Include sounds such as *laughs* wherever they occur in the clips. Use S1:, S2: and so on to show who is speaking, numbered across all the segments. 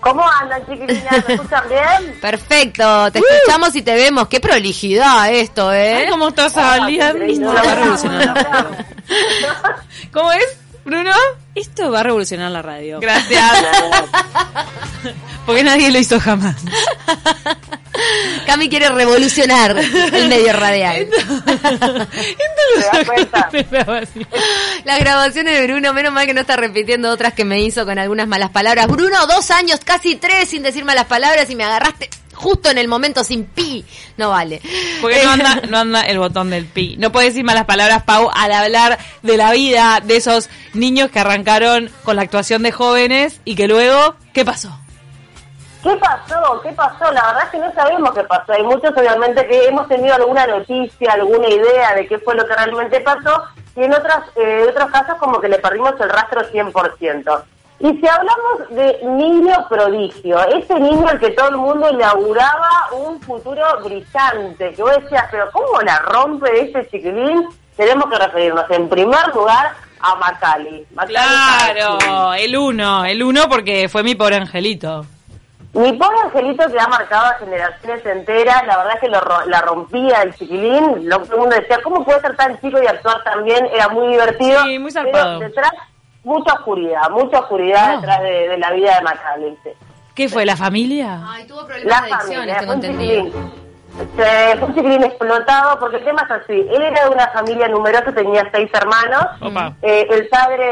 S1: ¿Cómo andan, chiquilinas? ¿Me escuchan
S2: *laughs*
S1: bien?
S2: Perfecto, te escuchamos y te vemos. Qué prolijidad esto, ¿eh?
S3: Ay, ¿Cómo estás saliendo?
S1: increíble.
S3: Va a
S4: *laughs*
S3: revolucionar. ¿Cómo es, Bruno? Esto va a revolucionar la radio.
S4: *laughs* Gracias.
S3: Porque nadie lo hizo jamás.
S2: *laughs* Cami quiere revolucionar el medio
S4: *laughs*
S2: radial.
S1: ¿Te das cuenta?
S2: Las grabaciones de Bruno, menos mal que no está repitiendo otras que me hizo con algunas malas palabras. Bruno, dos años, casi tres, sin decir malas palabras y me agarraste justo en el momento sin pi. No vale.
S4: Porque no anda, no anda el botón del pi. No puede decir malas palabras, Pau, al hablar de la vida de esos niños que arrancaron con la actuación de jóvenes y que luego, ¿qué pasó?
S1: ¿Qué pasó? ¿Qué pasó? La verdad es que no sabemos qué pasó. Hay muchos, obviamente, que hemos tenido alguna noticia, alguna idea de qué fue lo que realmente pasó, y en otras, eh, otros casos como que le perdimos el rastro 100%. Y si hablamos de niño prodigio, ese niño al que todo el mundo le auguraba un futuro brillante, que vos decías, pero ¿cómo la rompe ese chiquilín? Tenemos que referirnos, en primer lugar, a Macali. Macali Saraceni.
S4: Claro, el uno, el uno porque fue mi pobre angelito.
S1: Mi pobre angelito que ha marcado a generaciones enteras, la verdad es que lo ro- la rompía el chiquilín, lo todo el mundo decía, ¿cómo puede ser tan chico y actuar tan bien? Era muy divertido,
S4: Sí, muy zarpado.
S1: pero detrás mucha oscuridad, mucha oscuridad
S4: Ah.
S1: detrás de, de la vida de Macaulay. sí.
S4: ¿Qué fue, la familia?
S2: *laughs* Ay, tuvo
S1: La
S2: problemas de adicción,
S1: familia,
S2: tengo
S1: fue un
S2: entendido.
S1: chiquilín. Se- fue un chiquilín explotado, porque el tema es así, él era de una familia numerosa, tenía seis hermanos,
S4: Opa.
S1: Eh, el padre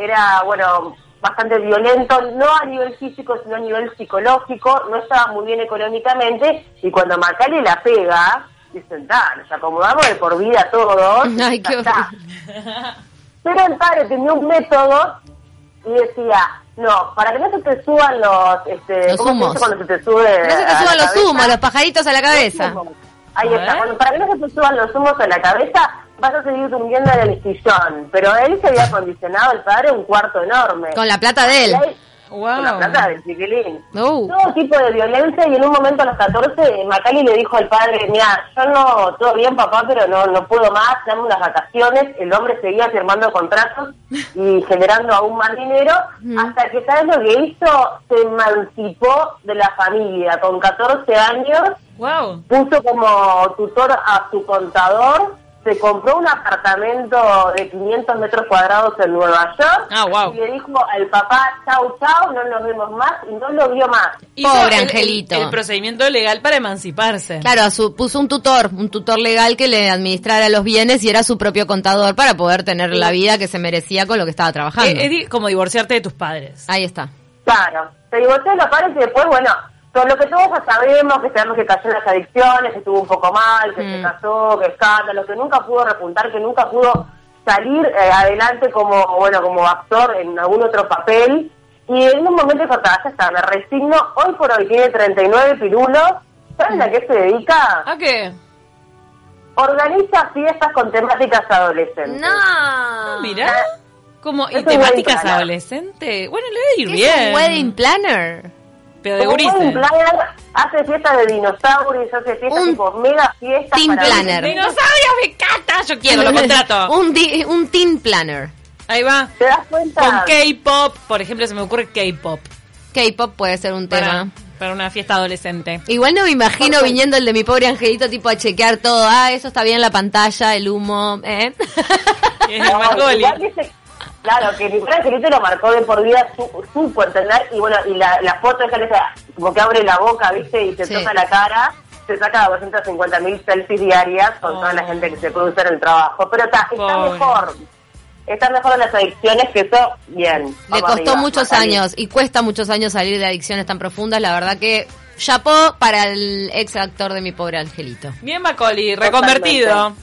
S1: eh, era, bueno, bastante violento, no a nivel físico, sino a nivel psicológico, no estaba muy bien económicamente, y cuando Macari la pega, dicen, da, nos acomodamos de por vida a todos.
S2: *laughs* Ay, qué
S1: ya está".
S2: horrible.
S1: Pero el padre tenía un método y decía, no, para que no se te suban los... Este,
S2: Los
S1: ¿cómo se dice
S2: humos.
S1: Cuando se te sube
S2: No se te
S1: a la
S2: suban los
S1: cabeza?
S2: humos, los pajaritos a la cabeza.
S1: humos. Ahí
S4: A
S1: está.
S4: ver.
S1: Cuando- para que no se te suban los humos en la cabeza, vas a seguir durmiendo en el sillón. Pero él se
S2: *laughs*
S1: había acondicionado el padre un cuarto enorme.
S2: Con la plata de él.
S1: Y ahí- Con la
S4: Wow.
S1: plata del chiquilín.
S2: Uh.
S1: Todo tipo de violencia y en un momento a los 14 Macali le dijo al padre, mira, yo no, todo bien papá, pero no, no puedo más, dame unas vacaciones. El hombre seguía firmando contratos y generando aún más dinero hasta que, ¿sabes lo que hizo? Se emancipó de la familia. Con 14 años
S4: Wow.
S1: puso como tutor a su contador, se compró un apartamento de 500 metros cuadrados en Nueva York
S4: Ah, guau.
S1: y le dijo al papá, chau, chau, no nos vemos más y no lo vio más.
S2: Pobre angelito.
S4: El, procedimiento legal para emanciparse.
S2: Claro, a su- puso un tutor, un tutor legal que le administrara los bienes y era su propio contador para poder tener la vida que se merecía con lo que estaba
S4: Eh,
S2: trabajando.
S4: Es, di- como divorciarte de tus padres.
S2: Ahí está.
S1: Claro, se divorció de los padres y después, bueno, con lo que todos ya sabemos, que sabemos que cayó en las adicciones, que estuvo un poco mal, que
S2: Mm.
S1: se casó, que escándalo, que nunca pudo repuntar, que nunca pudo salir eh, adelante como, bueno, como actor en algún otro papel. Y en un momento dijo, "Ta, ya está, me resigno, hoy por hoy tiene 39 pirulos, ¿saben a qué se dedica?
S4: ¿A qué?
S1: Organiza fiestas con temáticas adolescentes.
S2: No.
S4: Mira. Ah, Como, y
S1: Ah. Eso es
S4: temáticas
S1: bueno.
S4: adolescentes. Bueno, le debe ir
S2: ¿Qué es un wedding
S4: bien.
S2: planner?
S4: Pero de
S1: Como Wedding
S4: gurises.
S1: Planner hace fiestas de dinosaurios, hace fiestas
S2: Un
S1: tipo mega fiestas.
S2: Team
S1: para-
S2: Planner.
S4: Dinosaurio, me encanta. Yo quiero, lo contrato.
S2: *laughs* Un, di- un teen planner.
S4: Ahí va.
S1: ¿Te das cuenta?
S4: Con K-pop, por ejemplo, se me ocurre K-pop.
S2: K-pop puede ser un
S4: Para,
S2: tema.
S4: para una fiesta
S1: *laughs*
S4: adolescente.
S2: Igual no me imagino viniendo el de mi pobre angelito tipo a chequear todo. Ah, eso está bien en la pantalla, el humo, ¿eh? *laughs*
S4: Y es
S1: No,
S4: Margoli.
S1: igual que se- claro, que Nicolás Angelito lo marcó de por vida su, su entender. Y bueno, y la, la foto esa que esa- como que abre la boca, ¿viste? Y se
S2: Sí.
S1: toca la cara. Se saca 250 mil selfies diarias con toda
S2: Oh.
S1: la gente que se cruza en el trabajo. Pero está, está
S4: Pobre.
S1: mejor. Está mejor en las adicciones que eso, bien.
S2: Le
S1: vamos
S2: costó
S1: arriba,
S2: muchos
S1: Natalia.
S2: años y cuesta muchos años salir de adicciones tan profundas. La verdad que chapó para el ex actor de mi pobre angelito.
S4: Bien, Macaulay, reconvertido.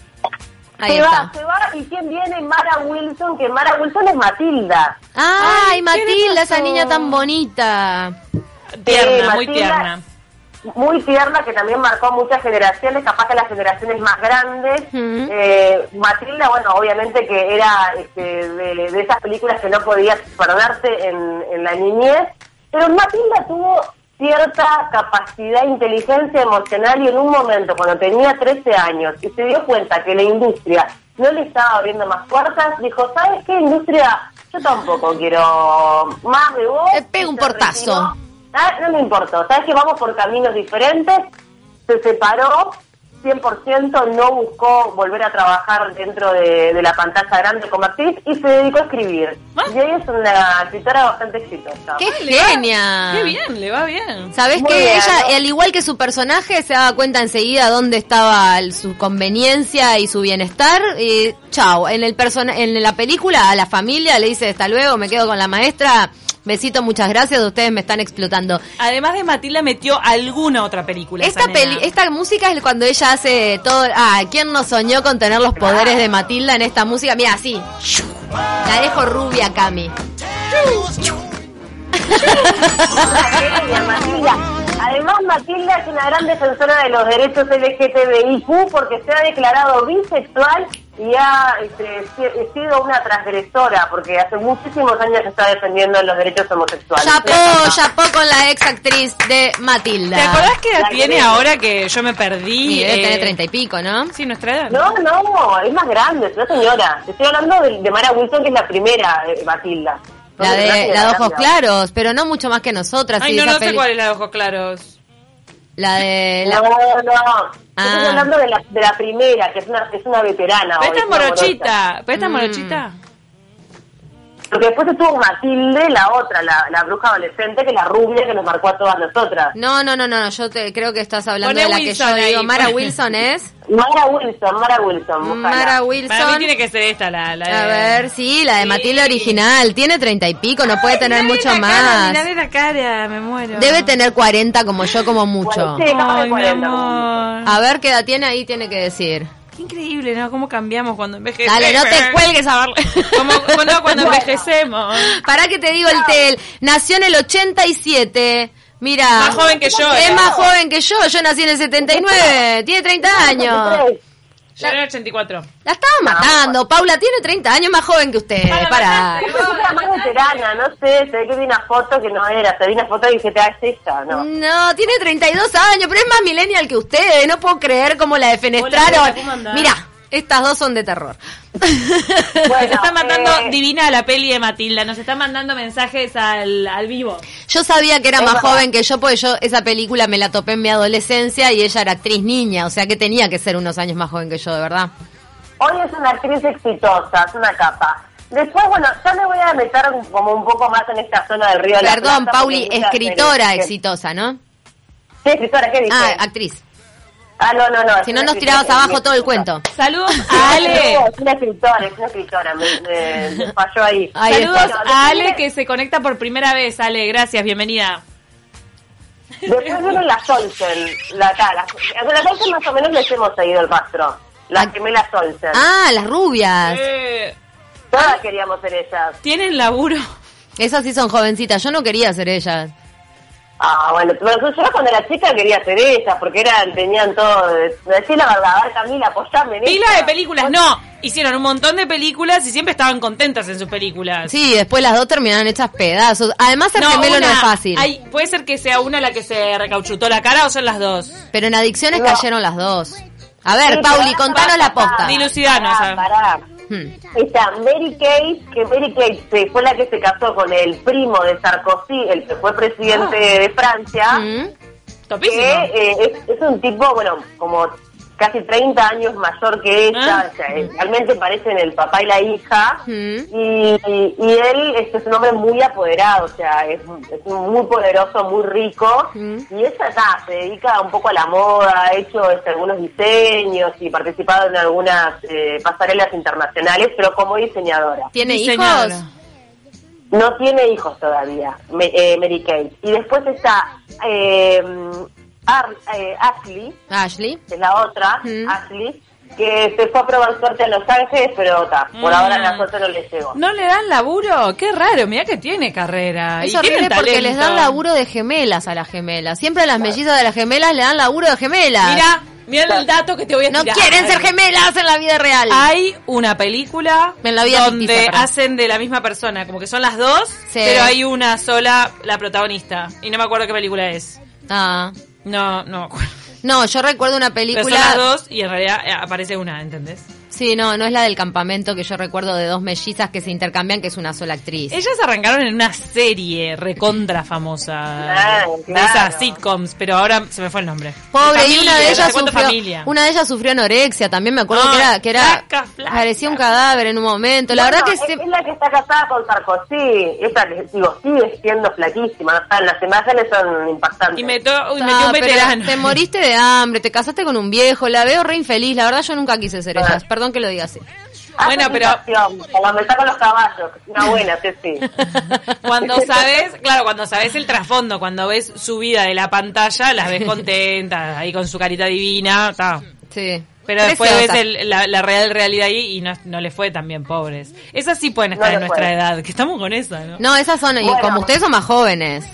S2: Ahí
S1: se
S2: está.
S1: va, se va. ¿Y quién viene? Mara Wilson, que Mara Wilson es Matilda.
S2: Ay,
S4: Ay,
S2: Matilda,
S4: tiene
S2: esa
S4: razón.
S2: niña tan bonita.
S4: Tierna,
S1: Sí,
S4: muy
S1: Matilda.
S4: tierna.
S1: Eh, muy tierna que también marcó muchas generaciones, capaz que las generaciones más grandes.
S2: Ujú.
S1: Eh, Matilda, bueno, obviamente que era este, de, de esas películas que no podías perderte en, en la niñez, pero Matilda tuvo cierta capacidad, inteligencia emocional y en un momento, cuando tenía 13 años y se dio cuenta que la industria no le estaba abriendo más puertas, dijo, ¿sabes qué industria? Yo tampoco quiero más de vos.
S2: Te pego
S1: Y
S2: Eh, un
S1: se
S2: portazo.
S1: retiró Ah, no me importó. Sabes que vamos por caminos diferentes. Se separó 100%, no buscó volver a trabajar dentro de, de la pantalla grande como actriz y se dedicó a escribir. Y hoy es una escritora bastante exitosa.
S2: ¡Qué
S4: le va-
S2: genia!
S4: Qué bien, le va bien.
S2: ¿Sabés
S1: Muy
S2: que
S1: bien,
S2: ella,
S1: ¿no?
S2: al igual que su personaje, se daba cuenta enseguida dónde estaba el- su conveniencia y su bienestar? Y chao, en, el persona en la película a la familia le dice hasta luego, me quedo con la maestra, besito, muchas gracias, ustedes me están explotando.
S4: Además de Matilda metió alguna otra película.
S2: Esta,
S4: esa
S2: peli-
S4: nena.
S2: esta música es cuando ella hace todo... Ah, ¿quién no soñó con tener los poderes de Matilda en esta música? Mira, así. La dejo rubia, Cami.
S1: Genia, Matilda. Además, Matilda es una gran defensora de los derechos LGTBIQ porque se ha declarado bisexual y ha este, si- sido una transgresora porque hace muchísimos años que está defendiendo los derechos homosexuales.
S2: Chapó, chapó con la ex actriz de Matilda.
S4: ¿Te acordás qué edad
S1: La
S4: tiene
S1: queremos.
S4: ahora que yo me perdí?
S2: Sí, debe
S4: Eh,
S2: tener treinta y pico, ¿no?
S4: Sí, nuestra edad.
S1: No, no, es más grande, es una señora. Te estoy hablando de, de Mara Wilson, que es la primera, eh, Matilda. No,
S2: La
S1: es una
S2: de,
S1: señora
S2: la de ojos
S1: grande.
S2: claros, pero no mucho más que nosotras.
S4: Ay,
S2: sí,
S4: no,
S2: esa
S4: no sé
S2: peli-
S4: cuál es la de ojos claros.
S2: La de... La...
S1: No, no.
S2: Ah.
S1: Estoy hablando de la, de la primera, que es una, que es una veterana.
S4: Pero
S1: hoy,
S4: esta es
S1: una morocha.
S4: morochita. Pero esta es
S2: Mm.
S4: morochita.
S1: Porque después estuvo Matilde, la otra, la, la bruja adolescente, que es la rubia que nos marcó a todas nosotras.
S2: No, no, no, no, no, yo te, creo que estás hablando
S4: Poné
S2: de la
S4: Wilson
S2: que yo
S4: ahí,
S2: digo. Mara
S4: poné.
S2: Wilson es.
S1: Mara Wilson, Mara Wilson, búscala.
S2: Mara
S4: Para mí
S2: Wilson.
S4: tiene que ser esta la, la de...
S2: A ver, sí, la de
S4: Sí.
S2: Matilda original. Tiene treinta y pico, no puede tener
S4: Mirale
S2: mucho
S4: la cara,
S2: más.
S4: mirale la cara, me muero.
S2: Debe tener cuarenta como yo, como mucho.
S1: Sí, capaz de
S4: Ay, mi
S1: 40.
S4: amor. Ah,
S2: A ver qué edad tiene, ahí tiene que decir.
S4: Qué increíble, ¿no? Cómo cambiamos cuando envejecemos.
S2: Dale, no te cuelgues a verle.
S4: Como
S2: *laughs*
S4: cuando, cuando envejecemos.
S2: Pará que te digo el tel. Nació en el 87. Mira.
S4: Más joven que yo,
S2: Es
S4: ¿eh?
S2: más joven que yo. Yo nací en el 79. Tiene 30 años.
S4: Yo era 84.
S2: La estaba matando. Paula tiene 30 años más joven que ustedes. Pará.
S1: Yo soy una más veterana, no sé, se ve que vi una foto que no era, se vi una foto y dije, ah, es esta, ¿no?
S2: No, tiene 32 años, pero es más millennial que ustedes. No puedo creer cómo la
S4: Hola,
S2: defenestraron.
S4: Paula, ¿cómo andás?
S2: Mira, estas dos son de terror. *laughs*
S1: Bueno,
S4: Nos está mandando
S1: eh,
S4: divina la peli de Matilda. Nos está mandando mensajes al, al vivo.
S2: Yo sabía que era
S1: Es
S2: más
S1: verdad.
S2: joven que yo porque yo esa película me la topé en mi adolescencia y ella era actriz niña, o sea que tenía que ser unos años más joven que yo, de verdad.
S1: Hoy es una actriz exitosa, es una capa. Después, bueno, yo le voy a meter un- como un poco más en esta zona del río de la
S2: Perdón,
S1: Plata,
S2: Pauli,
S1: porque hay muchas
S2: escritora
S1: series que-
S2: exitosa, ¿no?
S1: Sí, escritora, ¿qué dices?
S2: Ah,
S1: Ah,
S2: actriz.
S1: no, no, no. es
S2: Si
S1: una
S2: no,
S1: escritora
S2: nos tirabas
S1: que-
S2: abajo todo el cuento.
S4: Saludos a
S2: *laughs*
S4: Ale.
S1: No, *laughs* Es una escritora, es una escritora, me, me- me falló ahí.
S2: Ahí
S4: Saludos
S2: está.
S4: a Ale que se conecta por primera vez. Ale, gracias, bienvenida.
S1: Después viene la Solsen, la cara. La, la Solsen más o menos les hemos seguido el rastro. La
S2: Ah.
S1: gemela Solsen.
S2: Ah, las rubias.
S4: Eh,
S1: Todas queríamos ser ellas.
S4: ¿Tienen laburo?
S2: Esas sí son jovencitas, yo no quería ser ellas.
S1: Ah, bueno, bueno, yo cuando era chica quería ser ellas, porque eran, tenían todo. de- Decí la verdad, a ver, Camila, apoyame. en
S4: Pila
S1: esto.
S4: de películas, no. Hicieron un montón de películas y siempre estaban contentas en sus películas.
S2: Sí, después las dos terminaron hechas pedazos. Además, ser gemelo no
S4: una-
S2: es fácil.
S4: hay- puede ser que sea una la que se recauchutó la cara o son las dos.
S2: Pero en adicciones
S1: No.
S2: cayeron las dos. A ver,
S1: Sí,
S2: Pauli,
S1: pero
S2: contanos
S1: pará,
S2: la
S1: pará,
S2: posta.
S4: Dilucidanos,
S1: pará,
S4: a ver.
S1: pará.
S2: Hmm.
S1: Está Mary Kate, que Mary Kate se- fue la que se casó con el primo de Sarkozy, el que fue presidente de
S4: Ah.
S1: Francia.
S2: Ah. Mm.
S4: Topísimo.
S1: que eh, es, es un tipo, bueno, como casi 30 años mayor que ella,
S4: Ah.
S1: o sea, eh, realmente parecen el papá y la hija,
S2: Mm.
S1: y, y- y él este, es un hombre muy apoderado, o sea, es, es un muy poderoso, muy rico,
S2: Mm.
S1: y ella ta, se dedica un poco a la moda, ha hecho este, algunos diseños y participado en algunas eh, pasarelas internacionales, pero como diseñadora.
S2: ¿Tiene
S4: Diseñadora.
S2: hijos?
S1: No tiene hijos todavía, me- eh, Mary Kate. Y después está eh, Ar- eh, Ashley,
S2: Ashley.
S1: que es la otra,
S2: Mm.
S1: Ashley, que se fue a probar suerte a Los Ángeles, pero ta, por
S4: Mm.
S1: ahora la suerte no le llegó.
S4: ¿No le dan laburo? Qué raro, mirá que tiene carrera.
S2: Es
S4: y tienen
S2: horrible porque les dan
S4: talento.
S2: laburo de gemelas a las gemelas. Siempre a las mellizas de las gemelas le dan laburo de gemelas.
S4: Mira, mira el dato que te voy a
S2: no
S4: tirar.
S2: quieren ser gemelas en la vida real.
S4: Hay una película
S2: En la vida
S4: donde
S2: ficticia, perdón.
S4: hacen de la misma persona, como que son las dos,
S2: Sí.
S4: pero hay una sola, la protagonista. Y no me acuerdo qué película es.
S2: Ah.
S4: No, no me acuerdo.
S2: No, yo recuerdo una
S4: Pero son las
S2: película.
S4: dos y en realidad eh, aparece una, ¿entendés?
S2: Sí, no, no es la del campamento que yo recuerdo de dos mellizas que se intercambian, que es una sola actriz.
S4: Ellas arrancaron en una serie recontra famosa.
S1: Claro,
S4: de
S1: claro.
S4: esas sitcoms, pero ahora se me fue el nombre.
S2: Pobre, y una de
S4: no
S2: ellas
S4: sé cuánto
S2: sufrió,
S4: familia.
S2: una de ellas sufrió anorexia, también me acuerdo
S4: Ah,
S2: que era, que era
S4: flaca, flaca.
S2: parecía un cadáver en un momento. La
S1: Bueno,
S2: verdad que
S1: es,
S2: se-
S1: es la que está casada con Sarkozy. Esa que, digo, sigue siendo flaquísima. O sea, las imágenes son impactantes.
S4: Y metió, uy,
S2: Ah,
S4: metió un
S2: pero
S4: veterano.
S2: Te moriste de hambre, te casaste con un viejo, la veo re infeliz, la verdad yo nunca quise ser
S1: Ah.
S2: ellas, perdón que lo diga así.
S1: Hace
S4: Bueno, pero-
S1: sensación, Cuando está con los caballos. Una buena, sí, sí.
S4: *laughs* Cuando sabes, claro, cuando sabes el trasfondo, cuando ves su vida de la pantalla, las ves contentas, ahí con su carita divina, ta.
S2: Sí.
S4: Pero después ves
S2: Preciosa.
S4: el- la, la real realidad ahí y no, no les fue tan bien, pobres. Esas sí pueden
S1: No
S4: estar en
S1: les
S4: nuestra
S1: fue.
S4: edad, que estamos con esa, ¿no?
S2: No, esas son, y
S1: Bueno.
S2: como ustedes son más jóvenes.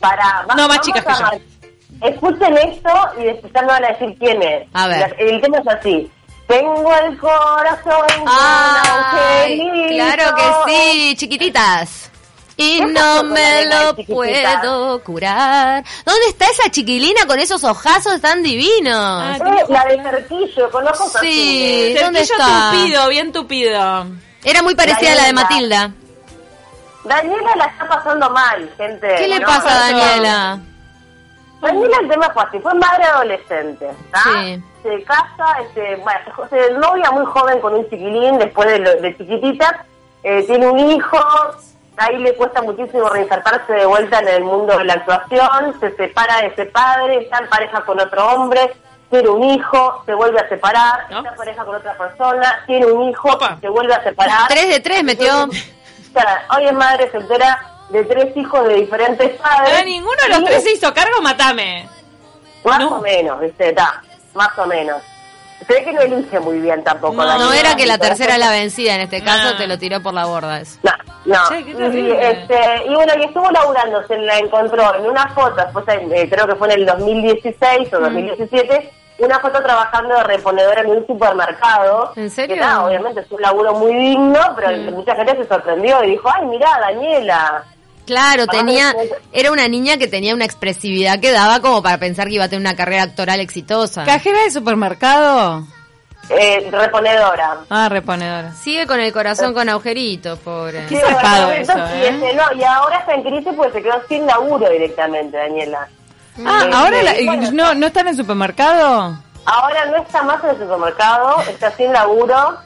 S1: Para, va-
S4: No, más
S1: vamos
S4: chicas
S1: a
S4: que yo.
S1: mar- Escuchen esto y después ya me van a decir quién es.
S2: A ver.
S1: La- El tema es así. Tengo el corazón con
S2: Ay,
S1: angelitos.
S2: claro que sí, chiquititas. Y
S1: ¿Qué
S2: no
S1: pasó con la
S2: me
S1: nena
S2: lo
S1: de chiquititas?
S2: puedo curar. ¿Dónde está esa chiquilina con esos ojazos tan
S3: Ah,
S2: divinos? *laughs*
S1: Eh, la de Cerquillo, con los ojos
S2: Sí.
S1: azules.
S2: ¿dónde
S4: Cerquillo
S2: está?
S4: tupido, bien tupido.
S2: Era muy parecida a la de
S1: Daniela.
S2: Matilda.
S1: Daniela la está pasando mal, gente.
S2: ¿Qué le
S1: No,
S2: pasa a
S1: no.
S2: Daniela?
S1: Daniela el tema fue así, fue madre adolescente, ¿tá?
S2: Sí.
S1: Se casa, este, bueno, se novia muy joven con un chiquilín después de, lo- de chiquitita, eh, tiene un hijo, ahí le cuesta muchísimo reinsertarse de vuelta en el mundo de la actuación, se separa de ese padre, está en pareja con otro hombre, tiene un hijo, se vuelve a separar,
S4: ¿No?
S1: está en pareja con otra persona, tiene un hijo,
S4: Opa.
S1: se vuelve a separar.
S2: 3 de 3 metió.
S1: O sea, hoy es madre soltera de tres hijos de diferentes padres.
S4: Pero ninguno de los
S1: Y
S4: tres se hizo cargo, matame.
S1: más
S4: No.
S1: o menos, ¿viste? Ta, más o menos. Se ve que no elige muy bien tampoco.
S4: No,
S1: Daniela,
S2: No era que la
S1: entonces-
S2: tercera la vencida, en este caso
S4: Nah.
S2: te lo tiró por la borda. eso.
S1: No, no.
S4: Che, qué
S1: y,
S4: terrible.
S1: este, y bueno, y estuvo laburando, se la encontró en una foto, después eh, creo que fue en el 2016
S4: Mm.
S1: o 2017, una foto trabajando de reponedora en un supermercado.
S2: ¿En serio?
S1: Que, nada, obviamente es un laburo muy digno, pero
S4: Mm.
S1: mucha gente se sorprendió y dijo, ay, mirá, Daniela.
S2: Claro,
S1: Ah,
S2: tenía,
S1: perfecto.
S2: era una niña que tenía una expresividad que daba como para pensar que iba a tener una carrera actoral exitosa.
S3: ¿Cajera de supermercado?
S1: Eh, reponedora.
S3: Ah, reponedora.
S2: Sigue con el corazón con agujeritos, pobre.
S1: Sí,
S3: zarpado
S1: bueno,
S3: eso,
S1: entonces,
S3: ¿eh?
S1: y, este, no, y ahora está en crisis porque se quedó sin laburo directamente, Daniela.
S3: Ah,
S1: Eh,
S3: ahora
S1: eh,
S3: la- eh,
S1: bueno,
S3: no, no están en supermercado.
S1: Ahora no está más en el supermercado, está sin laburo.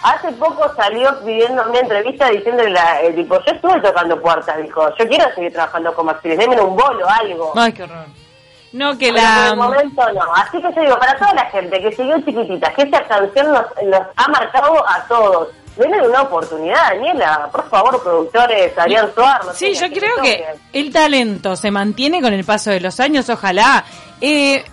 S1: Hace poco salió pidiendo una entrevista diciéndole, la, eh, tipo, yo estuve tocando puertas, dijo, yo quiero seguir trabajando como actriz, déme un bolo, algo.
S4: Ay, qué horror. No, que
S1: Pero Por el
S4: la...
S1: momento no. Así que yo digo, para toda la gente que siguió chiquitita, que esta canción nos, nos ha marcado a todos. Denle una oportunidad, Daniela. Por favor, productores, Adrián Suárez. no
S4: Sí,
S1: sé,
S4: yo
S1: que
S4: creo
S1: te
S4: que
S1: toquen.
S4: el talento se mantiene con el paso de los años, ojalá. Eh,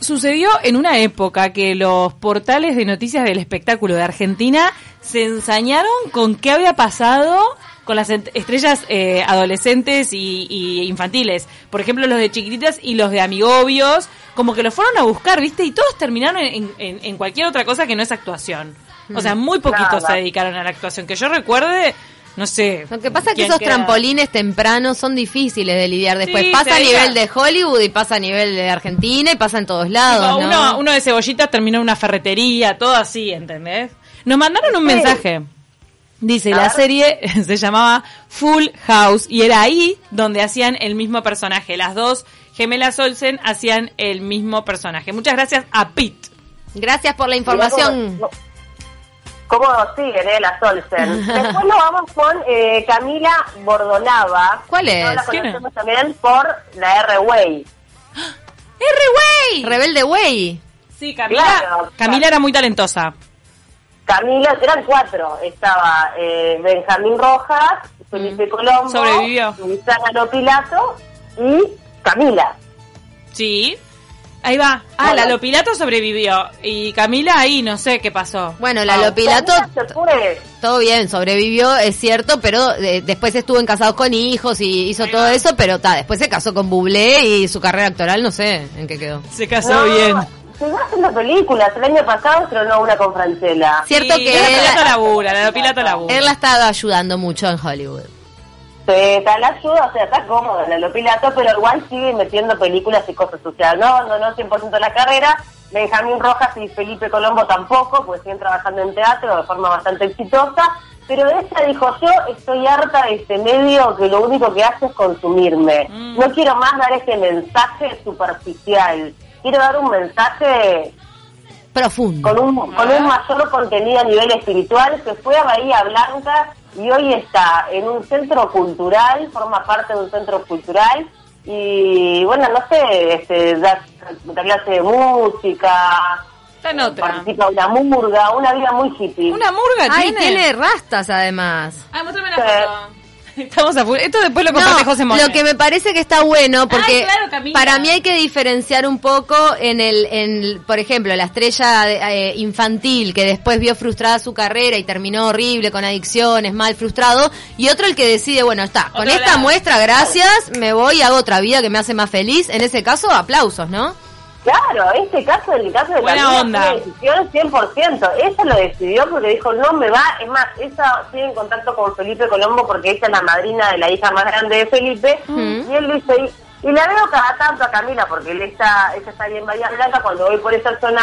S4: sucedió en una época que los portales de noticias del espectáculo de Argentina se ensañaron con qué había pasado con las ent- estrellas eh, adolescentes y, y infantiles. Por ejemplo, los de chiquititas y los de amigobios, como que los fueron a buscar, ¿viste? Y todos terminaron en, en- en cualquier otra cosa que no es actuación. O
S2: Mm.
S4: sea, muy poquitos
S1: Nada.
S4: se dedicaron a la actuación. Que yo recuerde, no sé.
S2: Lo que pasa es que
S4: quién
S2: esos
S4: queda.
S2: trampolines tempranos son difíciles de lidiar después.
S4: Sí,
S2: pasa a
S4: te
S2: nivel
S4: diga.
S2: de Hollywood y pasa a nivel de Argentina y pasa en todos
S4: Tipo,
S2: lados, ¿no?
S4: uno, uno de cebollitas terminó en una ferretería, todo así, ¿entendés? Nos mandaron un
S1: Sí.
S4: mensaje. Dice,
S1: A
S4: la
S1: ver.
S4: serie *laughs* se llamaba Full House y era ahí donde hacían el mismo personaje. Las dos gemelas Olsen hacían el mismo personaje. Muchas gracias a Pete.
S2: Gracias por la información.
S1: Mirá ¿Cómo cómo siguen, eh, las
S4: *laughs*
S1: Olsen? Después nos vamos con eh, Camila Bordonava.
S2: ¿Cuál es?
S1: No la
S4: ¿Quién es?
S1: conocemos también por la R-Way.
S4: ¡R-Way!
S2: Rebelde Way.
S4: Sí, Camila,
S1: Claro.
S4: Camila era muy talentosa.
S1: Camila, eran cuatro. Estaba eh, Benjamín Rojas, Felipe Colombo,
S4: Mm. Sobrevivió.
S1: Luisana Pilato y Camila.
S4: Sí. Ahí va. Ah,
S1: Hola.
S4: la Lopilato sobrevivió. Y Camila ahí, no sé qué pasó.
S2: Bueno, la
S1: Ah,
S2: Lopilato,
S1: Camila se fue.
S2: todo bien, sobrevivió, es cierto, pero eh, después estuvo en casados con hijos y hizo todo eso, pero ta, después se casó con Bublé y su carrera actoral no sé en qué quedó.
S4: Se casó
S1: No,
S4: bien.
S1: Siguió haciendo películas. El año pasado estrenó una con Franchella.
S2: Cierto
S4: Sí,
S2: que
S4: La
S2: él-
S4: Lopilato labura, la Lopilato labura.
S2: Él la ha estado ayudando mucho en Hollywood.
S1: Se está la ayuda, o sea, está cómodo en el Pilato, pero igual sigue metiendo películas y cosas sociales. No abandonó 100% la carrera, Benjamín Rojas y Felipe Colombo tampoco, pues siguen trabajando en teatro de forma bastante exitosa. Pero ella dijo, yo estoy harta de este medio que lo único que hace es consumirme. No quiero más dar este mensaje superficial. Quiero dar un mensaje
S2: Profundo.
S1: con un, con un mayor contenido a nivel espiritual, se fue a Bahía Blanca y hoy está en un centro cultural, forma parte de un centro cultural y bueno, no sé, este, da, da clase de música,
S4: Está en otra.
S1: participa en una murga, una vida muy hippie.
S4: Una murga
S2: Ay,
S4: tiene.
S2: tiene rastas además.
S4: Ay, muéstrame la
S1: Sí.
S4: foto. *laughs* Estamos a full. Esto después lo comparte
S2: No,
S4: José Mora.
S2: lo que me parece que está bueno, porque
S4: Ay, claro, Camila.
S2: para mí hay que diferenciar un poco en el, en, el- por ejemplo, la estrella de- eh, infantil que después vio frustrada su carrera y terminó horrible con adicciones, mal frustrado, y otro el que decide, bueno, está, con
S4: Otro
S2: esta
S4: lado.
S2: muestra, gracias, me voy y hago otra vida que me hace más feliz. En ese caso, aplausos, ¿no?
S1: Claro, este caso, el caso de
S4: Buena
S1: Camila
S4: onda.
S1: fue una decisión 100%. Ella lo decidió porque dijo, no me va. Es más, ella sigue en contacto con Felipe Colombo porque ella es la madrina de la hija más grande de Felipe. Y él dice, y, y la veo cada tanto a Camila porque él está, ella está ahí en Bahía Blanca. Cuando voy por esa zona,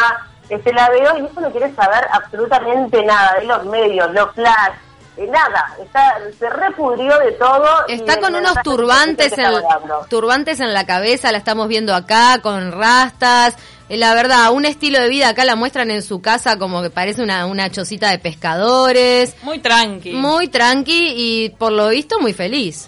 S1: este, la veo y eso no quiere saber absolutamente nada de los medios, los flash. eh, Nada, está, se repudrió de todo. y
S2: Está
S1: el
S2: con unos
S1: mensaje que
S2: turbantes
S1: está
S2: en,
S1: dando.
S2: turbantes en la cabeza, la estamos viendo acá, con rastas. Eh, La verdad, un estilo de vida acá la muestran en su casa como que parece una, una chocita de pescadores.
S4: Muy tranqui.
S2: Muy tranqui y por lo visto muy feliz.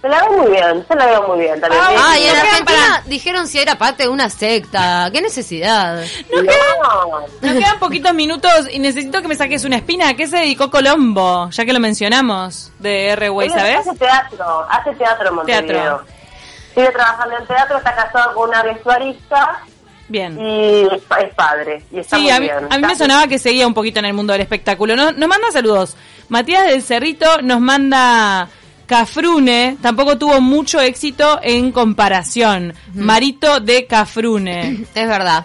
S1: Se la ve muy bien, se la veo muy bien. también. Eh,
S4: Ay,
S2: Ah, y en
S4: no quedan
S2: Argentina dijeron si era parte de una secta. ¡Qué necesidad!
S1: no.
S4: Nos quedan poquitos minutos y necesito que me saques una espina. ¿A qué se dedicó Colombo? Ya que lo mencionamos de R-Way,
S1: Él
S4: ¿sabes?
S1: Hace teatro, hace teatro en Montevideo.
S4: Teatro.
S1: Sigue trabajando en teatro, está casado con una vestuarista
S4: Bien.
S1: y es pa- es padre. Y está
S4: Sí,
S1: muy
S4: a mí,
S1: Mm, bien.
S4: a mí me
S1: Está-
S4: sonaba que seguía un poquito en el mundo del espectáculo. No- nos manda saludos. Matías del Cerrito nos manda Cafrune. Tampoco tuvo mucho éxito en comparación. Marito de Cafrune.
S2: Es verdad.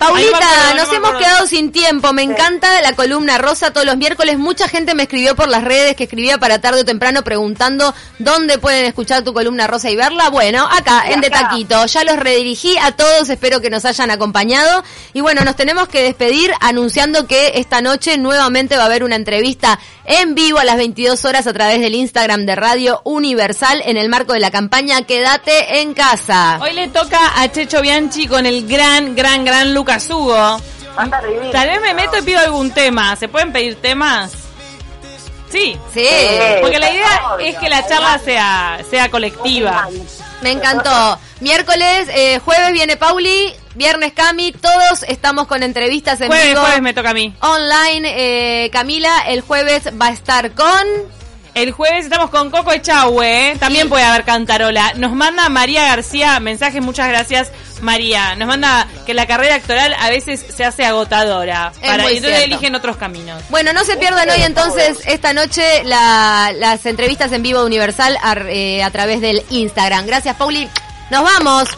S4: Ahí va,
S2: Paulita,
S4: pero no
S2: nos
S4: me
S2: hemos
S4: acuerdo.
S2: quedado sin tiempo. Me encanta la columna rosa todos los miércoles. Mucha gente me escribió por las redes que escribía para tarde o temprano preguntando dónde pueden escuchar tu columna rosa y verla. Bueno, acá, en De
S1: Acá.
S2: Taquito. Ya los redirigí a todos. Espero que nos hayan acompañado. Y bueno, nos tenemos que despedir anunciando que esta noche nuevamente va a haber una entrevista en vivo a las 22 horas a través del Instagram de Radio Universal en el marco de la campaña Quédate en casa.
S4: Hoy le toca a Checho Bianchi con el gran, gran, gran Lucas Hugo.
S1: Va a estar divino.
S4: Tal vez me meto y pido algún tema. ¿Se pueden pedir temas? Sí.
S2: Sí.
S4: Porque la idea
S1: Obvio.
S4: es que la charla sea, sea colectiva.
S2: Me encantó. Miércoles, eh, jueves viene Pauli, viernes Cami, todos estamos con entrevistas en
S4: Jueves,
S2: vivo.
S4: jueves me toca a mí.
S2: Online, eh, Camila, el jueves va a estar con...
S4: El jueves estamos con Coco Echagüe, ¿eh? también puede haber cantarola. Nos manda María García, mensajes, muchas gracias María. Nos manda que la carrera actoral a veces se hace agotadora.
S2: Es
S4: Para,
S2: muy
S4: y entonces
S2: cierto.
S4: eligen otros caminos.
S2: Bueno, no se pierdan hoy entonces esta noche la- las entrevistas en vivo de Universal a, eh, a través del Instagram. Gracias, Pauli. Nos vamos.